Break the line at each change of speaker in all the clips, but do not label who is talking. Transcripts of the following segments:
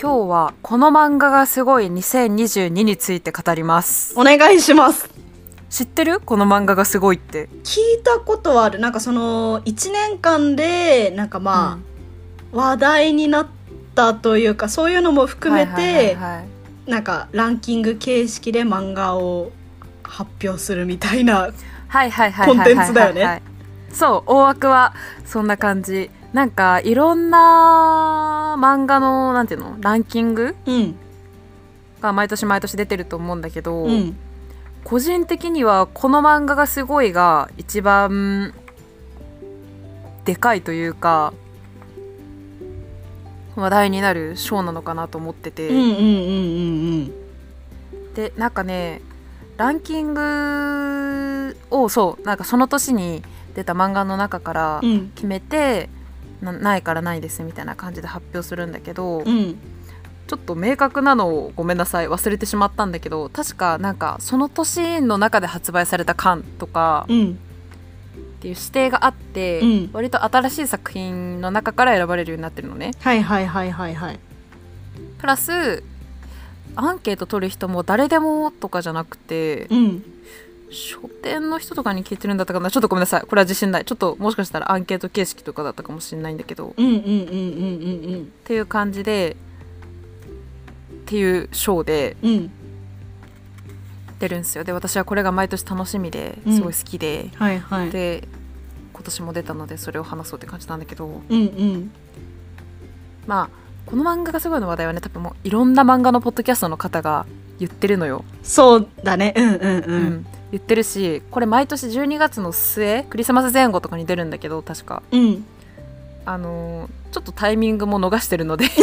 今日はこの漫画がすごい2022について語ります
お願いします
知ってるこの漫画がすごいって
聞いたことはあるなんかその1年間でなんかまあ、話題になったというかそういうのも含めて、
はいはいはいはい
なんかランキング形式で漫画を発表するみたいな
はいはいはい
コン
はいはいはい
テンツだよね
そう大枠はそんな感じなんかいろんな漫画のなんていうのランキング
うん
が毎年毎年出てると思うんだけど、
うん
個人的にはこの漫画がすごいが一番でかいというか話題になる賞なのかなと思ってて、
うんうんうん
でなんかねランキングをそうなんかその年に出た漫画の中から
うんうん
決めて、なないからないですみたいな感じで発表するんだけど、
うんうん
ちょっと明確なのをごめんなさい忘れてしまったんだけど確かなんかその年の中で発売された巻とか
うん
っていう指定があって、
うん
割と新しい作品の中から選ばれるようになってるのね
はいはいはいはいはい
プラスアンケート取る人も誰でもとかじゃなくて
うん
書店の人とかに聞いてるんだったかなちょっとごめんなさいこれは自信ないちょっともしかしたらアンケート形式とかだったかもしれないんだけど
うんうんうんうんうん
っていう感じでっていう賞で
うんうん
出るんですよで私はこれが毎年楽しみで
うん
すごい好きで、
はいはい
で今年も出たのでそれを話そうって感じなんだけど
うんうん
まあこの漫画がすごいの話題はね多分もういろんな漫画のポッドキャストの方が言ってるのよ、
そうだねうんうんう
うん言ってるしこれ毎年12月の末クリスマス前後とかに出るんだけど確か
うん
あのーちょっとタイミングも逃してるの でそう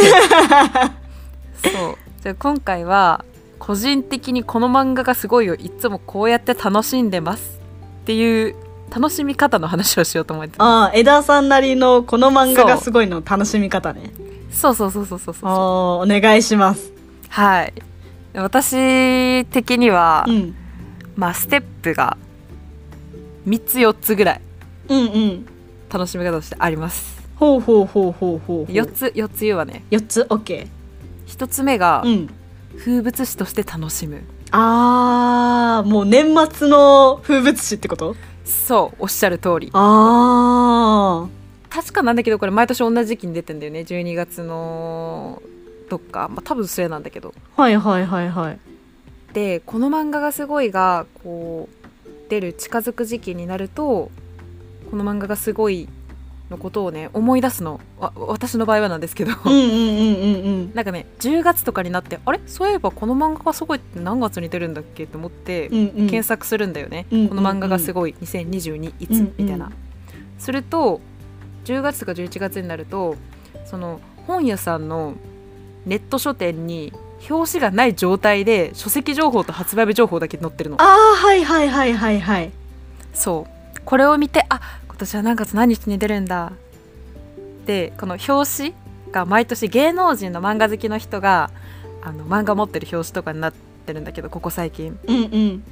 じゃあ今回は個人的にこの漫画がすごいよいつもこうやって楽しんでますっていう楽しみ方の話をしようと思ってま
ああ枝さんなりのこの漫画がすごいの楽しみ方ね
すそうそうそうそうそう
あ
そう
あお願いします
はい私的には、
うん
まあステップが3つ4つぐらい
うんうん
楽しみ方としてあります
ほうほうほうほうほう
4つ4つ言うわね
4つ OK
1つ目が
うん
風物詩として楽しむ
あーもう年末の風物詩ってこと
そうおっしゃる通り
あ
確かなんだけどこれ毎年同じ時期に出てんだよね12月のどっか、まあ、多分末なんだけど
あはいはいはい はい
でこの漫画がすごいがこう出る近づく時期になるとこの漫画がすごいのことをね思い出すのわ私の場合はなんですけど、
うんうんうんうんうん
なんかね10月とかになってあれそういえばこの漫画がすごいって何月に出るんだっけと思って
うんうん
検索するんだよね、
うん
この漫画がすごい2022いつみたいな、
うんう
すると10月とか11月になるとその本屋さんのネット書店に表紙がない状態で書籍情報と発売日情報だけ載ってるの
ああはいはいはいはいはい
そうこれを見てあ今年は何月何日に出るんだでこの表紙が毎年芸能人の漫画好きの人があの漫画持ってる表紙とかになってるんだけどここ最近
うんうん
今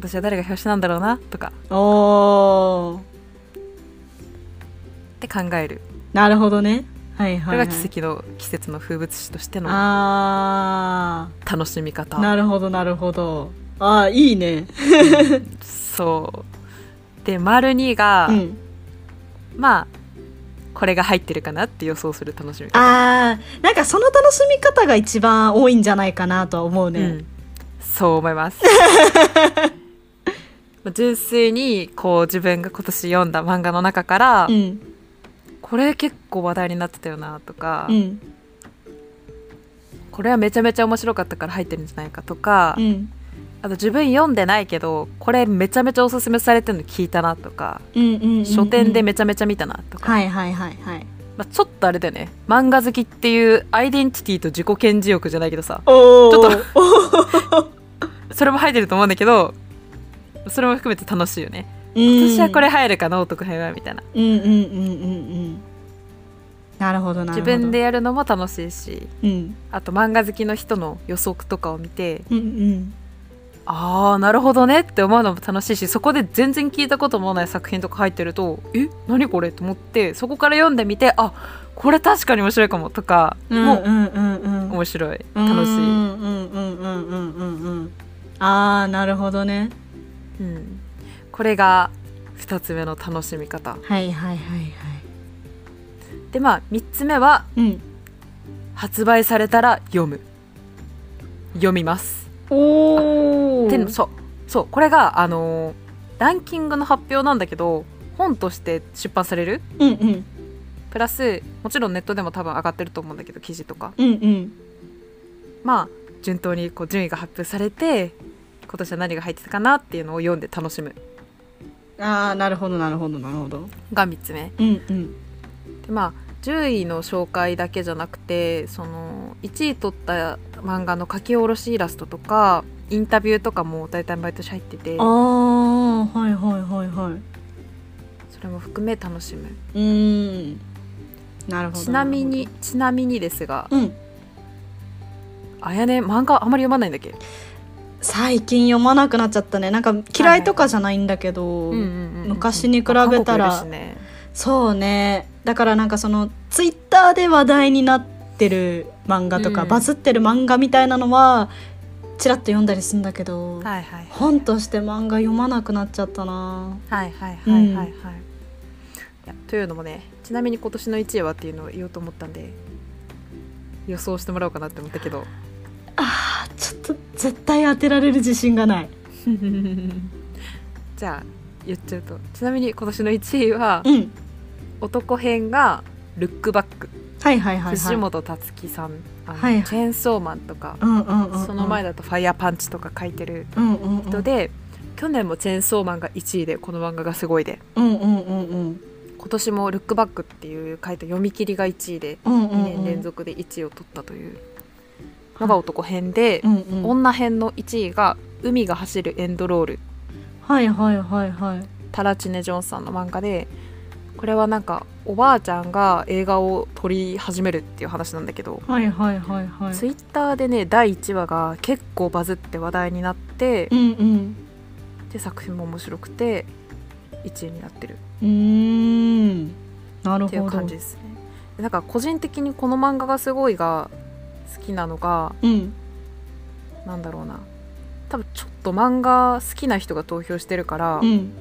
年は誰が表紙なんだろうなとか
おー
って考える
なるほどねはい
こ
はい、
れ
は
が
い、
奇跡の季節の風物詩としての
あ
楽しみ
あ
方
なるほどなるほどああいいね
そうで丸2が、
うん
まあこれが入ってるかなって予想する楽しみ方
あーなんかその楽しみ方が一番多いんじゃないかなとは思うね、
うん、そう思い ますまあ純粋にこう自分が今年読んだ漫画の中から、
うん
これ結構話題になってたよなとか、
うん
これはめちゃめちゃ面白かったから入ってるんじゃないかとか、
うん
あと自分読んでないけどこれめちゃめちゃおすすめされてるの聞いたなとか、
うんうんうんうん
書店でめちゃめちゃ見たなとか、
はいはいはいはい
まあ、ちょっとあれだよね漫画好きっていうアイデンティティと自己顕示欲じゃないけどさ
お
ちょっ
っと
それも入ってると思うんだけどそれも含めて楽しいよね今
私
年はこれ入るかなお得編はみたいな
うんうんうんうんうんなるほどな
自
るほど
分でやるのも楽しいし
うん
あと漫画好きの人の予測とかを見て
うんうん
ああなるほどねって思うのも楽しいしそこで全然聞いたこともない作品とか入ってるとえ何これと思ってそこから読んでみてあこれ確かに面白いかもとか
も
も
うんうんうんうん
面白い楽し
う
い、
んうんうんうんうんうんうんああなるほどね
うん、これが2つ目の楽しみ方
はいはいはいはい
でまあ3つ目は
うん
発売されたら読む読みます
おお
でそうそうこれがあのーランキングの発表なんだけど本として出版される
うんうん
プラスもちろんネットでも多分上がってると思うんだけど記事とか
うんうん
まあ順当にこう順位が発表されて今年は何が入ってたかなっていうのを読んで楽しむ
ああなるほどなるほどなるほど
が3つ目
うんうん
でまあ10位の紹介だけじゃなくてその1位取った漫画の書き下ろしイラストとかインタビューとかも大体毎年入ってて
ああはいはいはいはい
それも含め楽しむ
うーんなるほど
ちなみにちなみにですが
うん
あやね漫画あんまり読まないんだっけ
最近読まなくなっちゃったねなんか嫌いとかじゃないんだけど、昔に比べたら
まあ韓国よりしね
そうねだからなんかそのツイッターで話題になってる漫画とか、
うん
バズってる漫画みたいなのはちらっと読んだりするんだけど、
はいはい
本として漫画読まなくなっちゃったな
はいはいはいはいはい、いやというのもねちなみに今年の1位はっていうのを言おうと思ったんで予想してもらおうかなって思ったけど
あちょっと絶対当てられる自信がない
じゃあ言っちゃうとちなみに今年の1位は
うん
男編が「ルックバック」
はいはいはいはい
藤本辰樹さん「あの
はいはい
チェーンソーマン」とか、
うんうんうんうん
その前だと「ファイヤーパンチ」とか書いてる
うんうんうん
人で、去年も「チェーンソーマン」が1位でこの漫画がすごいで
うんうんうんうん
今年も「ルックバック」っていう書いた読み切りが1位で
うんう
2
ん
年連続で1位を取ったというのが男編で
う、んうん
女編の1位が「海が走るエンドロール
はいはいはいはい」
タラチネ・ジョンさんの漫画でこれはなんかおばあちゃんが映画を撮り始めるっていう話なんだけど、
はいはいはいはい
ツイッターでね第1話が結構バズって話題になって
う、んうん
で作品も面白くて1位になってる
うーんなる
っていう
ほど
感じですね。でなんか個人的にこの漫画がすごいが好きなのが
うん
なんだろうな多分ちょっと漫画好きな人が投票してるから
う、ん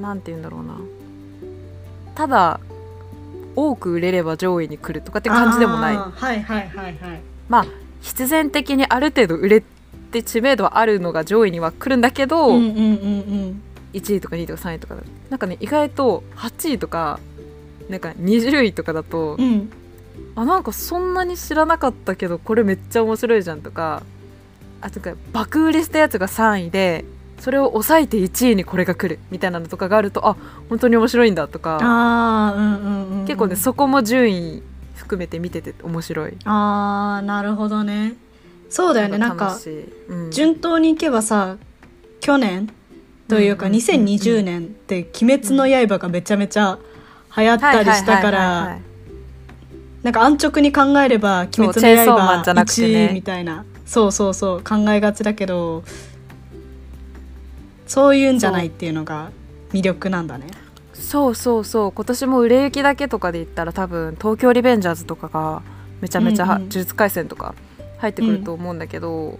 なんて言うんだろうなただ多く売れれば上位に来るとかって感じでもない
あーはいはいはいはい
必然的にある程度売れて知名度はあるのが上位には来るんだけど、
うんうんうんうん
1位とか2位とか3位とかなんかね意外と8位とかなんか20位とかだと、
うん
あなんかそんなに知らなかったけどこれめっちゃ面白いじゃんとかあとか爆売れしたやつが3位でそれを抑えて1位にこれが来るみたいなのとかがあるとあ本当に面白いんだとか
ああうんうんうんうん
結構ねそこも順位含めて見てて面白い。
ああなるほどねそうだよねなんか
楽しいうん
順当にいけばさ去年というか
うんうんうんうん
2020年って「鬼滅の刃」がめちゃめちゃ流行ったりしたか
はいはいはいはいは
ら
い
なんか安直に考えれば「
そう
鬼滅
チェーンソ
の
ーマンじゃ
刃」
なくてね
1位みたいなそうそうそう考えがちだけどそういうんじゃないっていうのが魅力なんだね。
そうそうそう今年も売れ行きだけとかで言ったら多分東京リベンジャーズとかがめちゃめちゃ
うんうん
呪術廻戦とか入ってくると思うんだけど、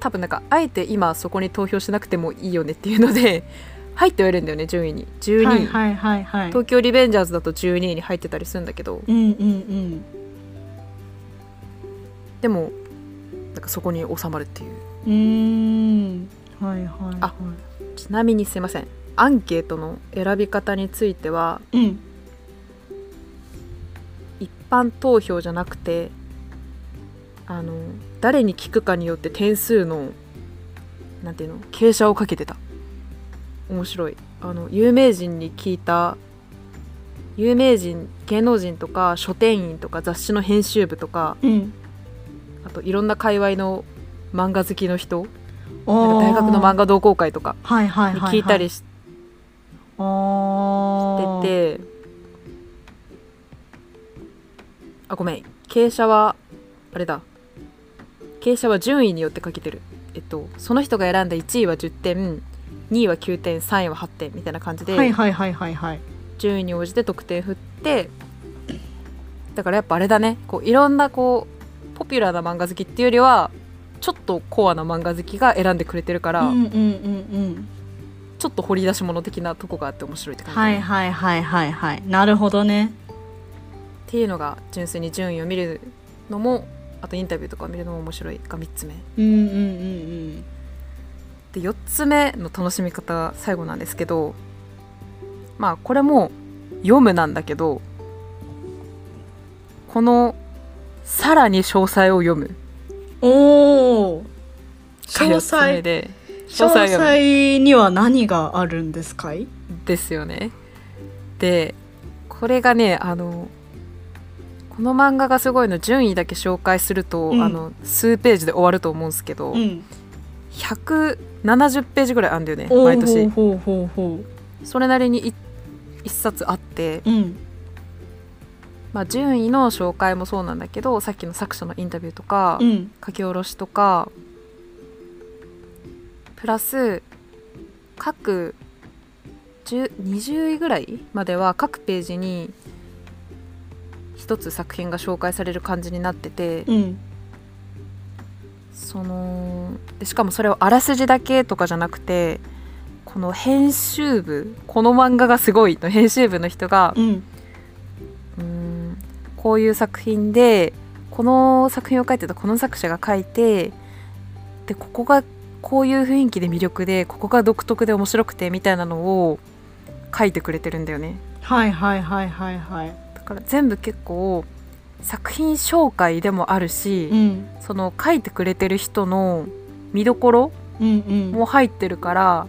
多分なんかあえて今そこに投票しなくてもいいよねっていうので 入ってはいるんだよね順位に12位、
はいはいはいはい。
東京リベンジャーズだと12位に入ってたりするんだけど
うんうん
でもなんかそこに収まるっていう
うん。うーん。はいはい、はい。
あちなみにすいませんアンケートの選び方については
うん。
一般投票じゃなくてあの誰に聞くかによって点数のなんていうの傾斜をかけてた面白いあの有名人に聞いた有名人芸能人とか書店員とか雑誌の編集部とか
うん。
あといろんな界隈の漫画好きの人なんか
おー
大学の漫画同好会とか
はいはいはい、
に
は
聞
い。
いたり
し
して
てて。
てあごめん傾斜はあれだ傾斜は順位によってかけてるえっとその人が選んだ1位は10点2位は9点3位は8点みたいな感じで、
はいはいはいはいはい。
順位に応じて得点振ってだからやっぱあれだねこういろんなこうポピュラーな漫画好きっていうよりはちょっとコアな漫画好きが選んでくれてるから、
うんうんうん
ちょっと掘り出し物的なとこがあって面白いって
うん
感じ、
はいはいはいはいはいなるほどね
っていうのが純粋に順位を見るのもあとインタビューとかを見るのも面白いが3つ目
うんうんうん
で4つ目の楽しみ方最後なんですけどまあこれも読むなんだけどこのさらに詳細を読む
うんおお
が
詳
4つ目
細
で
詳
詳細を読む
細には何があるんですかい
ですよね。でこれがねあのこの漫画がすごいの順位だけ紹介すると、
うん
あの数ページで終わると思うんですけど、
うん
170ページぐらいあるんだよね
おー
毎年
ほうほうほうほ
それなりにい一冊あって、
ううん
まあ、順位の紹介もそうなんだけどさっきの作者のインタビューとか、
うん
書き下ろしとかプラス各10 20位ぐらいまでは各ページに一つ作品が紹介される感じになってて、
うん
そのでしかもそれをあらすじだけとかじゃなくてこの編集部この漫画がすごいの編集部の人が
うん
うーんこういう作品でこの作品を書いてたこの作者が書いてでここがこういう雰囲気で魅力でここが独特で面白くてみたいなのを書いてくれてるんだよね
はいはいはいはいはい
だから全部結構作品紹介でもあるし、
うん
その書いてくれてる人の見どころ
うんうん
も入ってるから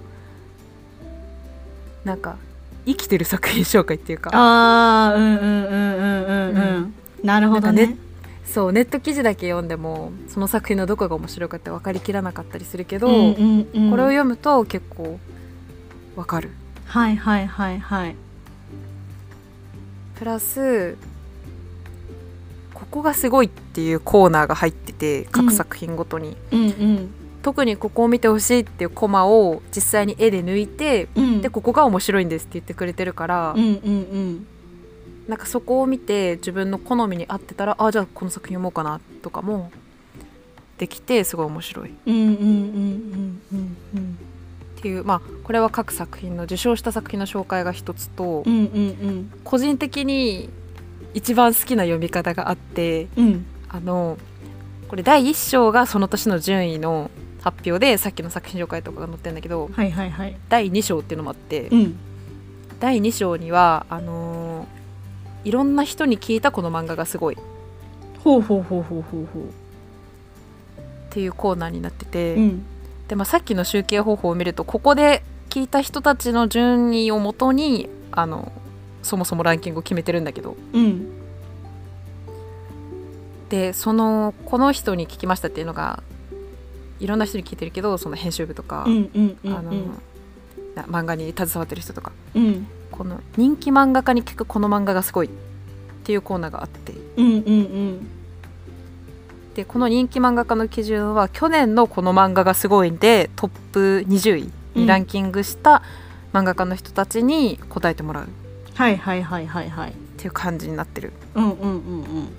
なんか生きてる作品紹介っていうか
ああうんうんうんうんうんうんなるほど
なん
ね
かそうネット記事だけ読んでもその作品のどこが面白いかって分かりきらなかったりするけど、
うんうんうん
これを読むと結構分かる
はいはいはいはい
プラスここがすごいっていうコーナーが入ってて各作品ごとに、
うんうん
特にここを見てほしいっていうコマを実際に絵で抜いて
うん
でここが面白いんですって言ってくれてるから、
うんうんうん
なんかそこを見て自分の好みに合ってたらあじゃあこの作品読もうかなとかもできてすごい面白い。
うんうんうんうんうん
っていうまあこれは各作品の受賞した作品の紹介が一つと、
うんうん
個人的に一番好きな読み方があって
うんうん
あのこれ第1章がその年の順位の発表でさっきの作品紹介とかが載ってるんだけど
はいはいはい
第2章っていうのもあって、
うん
第2章にはあのーいろんな人に聞いたこの漫画がすごいっ
ほうほうほうほうほうほう
ていうコーナーになってて、
うん
でまあ、さっきの集計方法を見るとここで聞いた人たちの順位をもとにあのそもそもランキングを決めてるんだけど
うん
でそのこの人に聞きましたっていうのがいろんな人に聞いてるけどその編集部とか、
うんうんうん
あのな漫画に携わってる人とか
うん
この人気漫画家に聞くこの漫画がすごいっていうコーナーがあって
うんうんうん
でこの人気漫画家の基準は去年のこの漫画がすごいんでトップ20位にランキングした漫画家の人たちに答えてもらうっ
はいはいはいはいはい
ていう感じになってる。
うんうんうんうん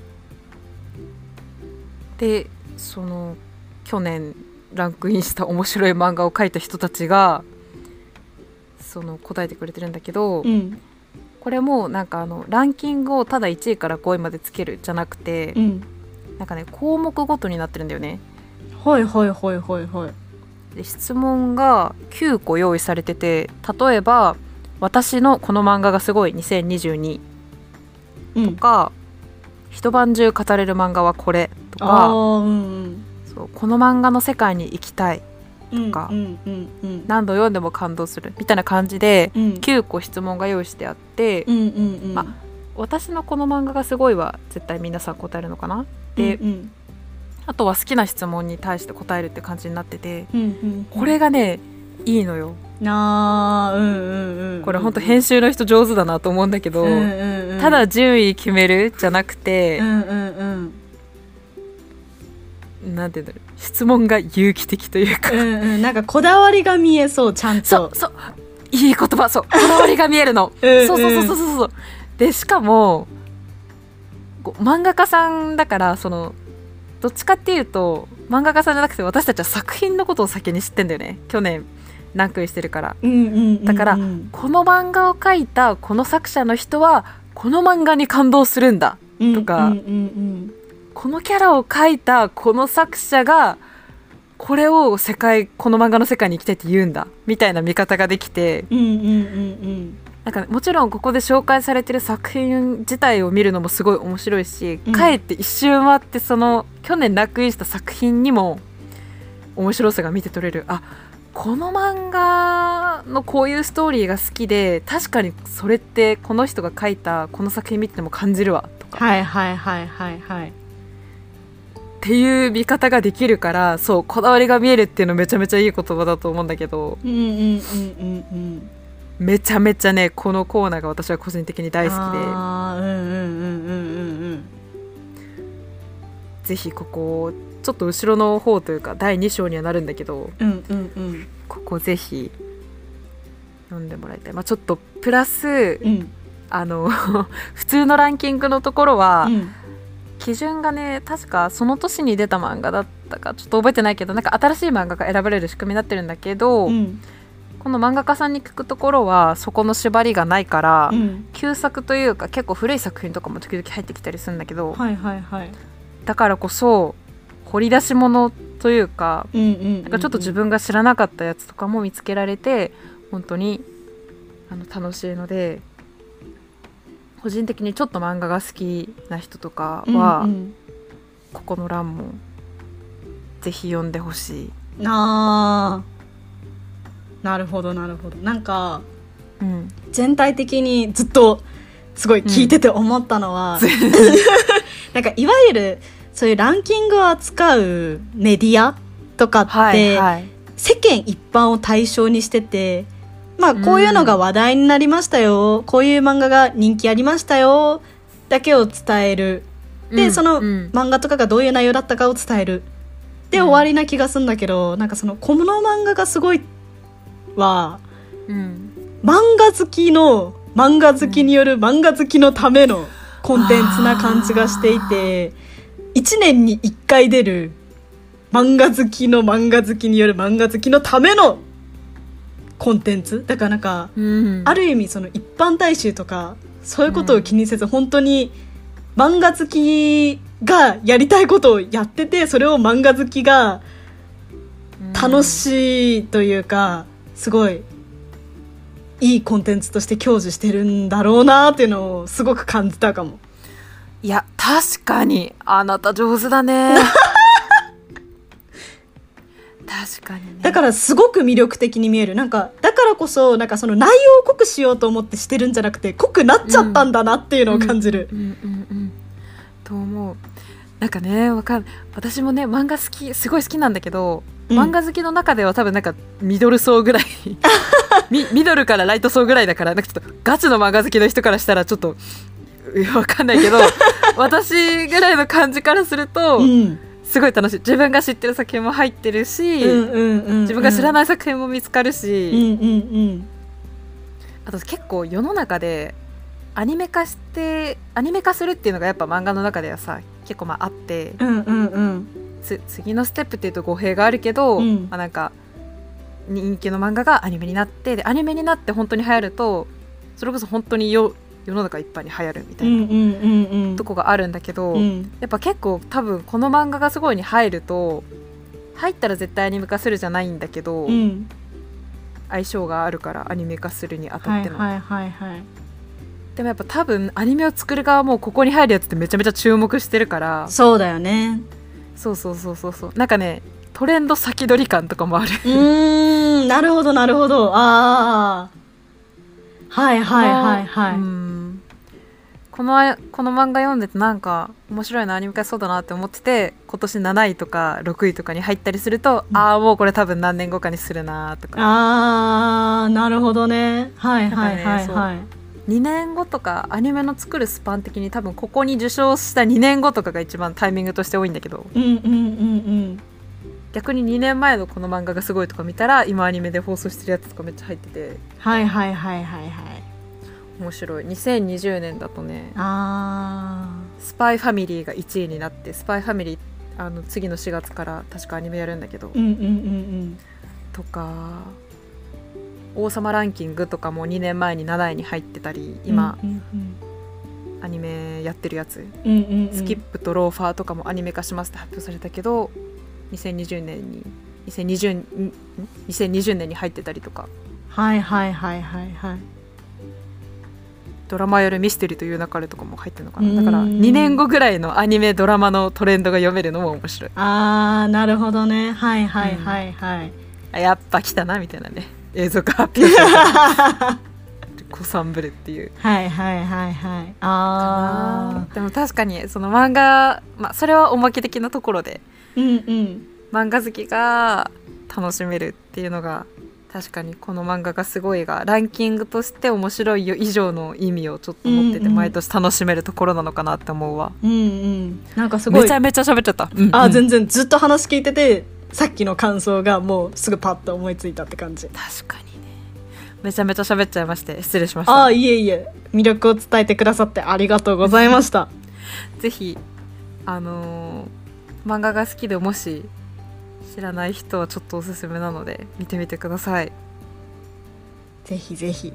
でその去年ランクインした面白い漫画を描いた人たちがその答えてくれてるんだけど、
うん
これもなんかあのランキングをただ1位から5位までつけるじゃなくて、
うん
なんかね項目ごとになってるんだよね。
はいはいはいはいはい
で質問が9個用意されてて例えば「私のこの漫画がすごい2022
うん」
とか「一晩中語れる漫画はこれ」と
あ
か
ーうん
そう「この漫画の世界に行きたい」
うん
とか
うんうんうん
何度読んでも感動するみたいな感じで
うん
9個質問が用意してあって、
うんうんうん
ま私のこの漫画がすごいは絶対皆さん答えるのかなで、
うん
あとは好きな質問に対して答えるって感じになってて
うんうんうん
これがねいいのよ
なあうんうんうん
これほんと編集の人上手だなと思うんだけど、
うんうんうん
ただ順位決めるじゃなくて
う、んうんうん
なんていうんだろう質問が有機的というか、
うんうんなんかこだわりが見えそうちゃん
そ
と
うそういい言葉そうこだわりが見えるの
うん
そうそうそうそうそうそうでしかもこう漫画家さんだからそのどっちかっていうと漫画家さんじゃなくて私たちは作品のことを先に知ってんだよね去年ランクインしてるから
うんうんうんうん
だからこの漫画を描いたこの作者の人はこの漫画に感動するんだとか
うんうんうん
このキャラを描いたこの作者がこれを世界この漫画の世界に行きたいって言うんだみたいな見方ができて
うんうんうんうん
なんかもちろんここで紹介されてる作品自体を見るのもすごい面白いし、
うん
かえって一周回ってその去年落印した作品にも面白さが見て取れるあこの漫画のこういうストーリーが好きで確かにそれってこの人が書いたこの作品見てても感じるわとか
はいはいはいはいはい
っていう見方ができるからそうこだわりが見えるっていうのめちゃめちゃいい言葉だと思うんだけど
うんうんうんうんうん
めちゃめちゃねこのコーナーが私は個人的に大好きで。
あーうんうんうんうんうんうん
ぜひここちょっと後ろの方というか第2章にはなるんだけど
うんうんうん
ここぜひ読んでもらいたい、まあ、ちょっとプラス
うん
あの 普通のランキングのところは、
うん
基準がね確かその年に出た漫画だったかちょっと覚えてないけどなんか新しい漫画が選ばれる仕組みになってるんだけど、
うん
この漫画家さんに聞くところはそこの縛りがないから、
うん
旧作というか結構古い作品とかも時々入ってきたりするんだけど、
はいはいはい
だからこそ掘り出し物というか
うんうんうん
なんかちょっと自分が知らなかったやつとかも見つけられて本当にあの楽しいので個人的にちょっと漫画が好きな人とかは、
うん
ここの欄もぜひ読んでほしい、
うんあーなるほどなるほどなんか
うん、
全体的にずっとすごい聞いてて思ったのは、 なんかいわゆるそういうランキングを扱うメディアとかって、
はいはい
世間一般を対象にしててまあこういうのが話題になりましたよ、こういう漫画が人気ありましたよだけを伝えるで、
うん
その
うん
漫画とかがどういう内容だったかを伝えるで
うん
終わりな気がするんだけど、なんかそのこの漫画がすごいは
うん
漫画好きの漫画好きによる漫画好きのためのコンテンツな感じがしていて1年に1回出る漫画好きの漫画好きによる漫画好きのためのコンテンツだからなんか
うん、
ある意味その一般大衆とかそういうことを気にせず本当に漫画好きがやりたいことをやっててそれを漫画好きが楽しいというか、すごいいいコンテンツとして享受してるんだろうなっていうのをすごく感じたかも。
いや確かにあなた上手だ ね確かにね
だからすごく魅力的に見える。なんか、だからこそ、なんかその内容を濃くしようと思ってしてるんじゃなくて、濃くなっちゃったんだなっていうのを感じる
う。んうんうんと思うなんかねわかん私もね漫画好きすごい好きなんだけど、
うん
漫画好きの中では多分なんかミドル層 ぐらいミミドルからライト層ぐらいだからなんかちょっとガチの漫画好きの人からしたらちょっとうわかんない けど私ぐらいの感じからすると、
うん。
すごい楽しい自分が知ってる作品も入ってるし、
うんうんうん。
自分が知ら
な
ない作品も見つかるし、
うんうん
あと結構世の中でアニメ化してアニメ化するっていうのがやっぱ漫画の中ではさ結構まああって
うん。うんうんうん。
つ次のステップっていうと語弊があるけど、
うん
まあ、なんか人気の漫画がアニメになってでアニメになって本当に流行るとそれこそ本当によ世の中いっぱいに流行るみた
う
いなん
うんうんうん。
とこがあるんだけど、
うん。
やっぱ結構多分この漫画がすごいに入ると入ったら絶対アニメ化するじゃないんだけど、
うん。
相性があるからアニメ化するにあた
は
っ
い
ての。
はいはいはい。
でもやっぱ多分アニメを作る側もここに入るやつってめちゃめちゃ注目してるから
そうだよね。
そうそうそうそうそうなんかねトレンド先取り感とかもある
うーん、なるほど、なるほど。ああ。はい はいはいはい。
うんこのこの漫画読んでてなんか面白いなアニメ化しそうだなって思ってて今年7位とか6位とかに入ったりすると、
うん
ああもうこれ多分何年後かにするなとか
ああ、なるほどね。はいはいは
な
い
ん
は
か
い。
2年後とかアニメの作るスパン的に多分ここに受賞した2年後とかが一番タイミングとして多いんだけど
うんうんうんうん。
逆に2年前のこの漫画がすごいとか見たら今アニメで放送してるやつとかめっちゃ入ってて
はいはいはいはいはい
面白い2020年だとね
あ
「スパイファミリーが1位になって「スパイファミリーあの次の4月から確かアニメやるんだけど、
ーうんうんうん
とか「王様ランキング」とかも2年前に7位に入ってたり
うん
今、
うん
アニメやってるやつ
うんうんうんうん
スキップとローファーとかもアニメ化しますって発表されたけど2020年に2020ん2020年に入ってたりとか
はいはいはいはいはい
ドラマよりミステリーという流れとかも入ってるのか
う
なんだから2年後ぐらいのアニメドラマのトレンドが読めるのも面白い
あーなるほどねはいはいはいはい、
あやっぱ来たなみたいなね映像が発表された コサンブレっていう
はいはいはいはいあ
でも確かにその漫画、まあ、それはおまけ的なところで
ーうんうん
漫画好きが楽しめるっていうのが確かにこの漫画がすごいがランキングとして面白いよ以上の意味をちょっと持って
うん
て
うん
毎年楽しめるところなのかなって思うわ、
うんうんなんかすごい
めちゃめちゃ喋っちゃった、うんうん
あー全然ずっと話聞いててさっきの感想がもうすぐパッと思いついたって感じ
確かにねめちゃめちゃ喋っちゃいまして失礼しまし
ああ
た
いえいえ魅力を伝えてくださってありがとうございました
ぜひあのー漫画が好きでもし知らない人はちょっとおすすめなので見てみてください
ぜひぜひ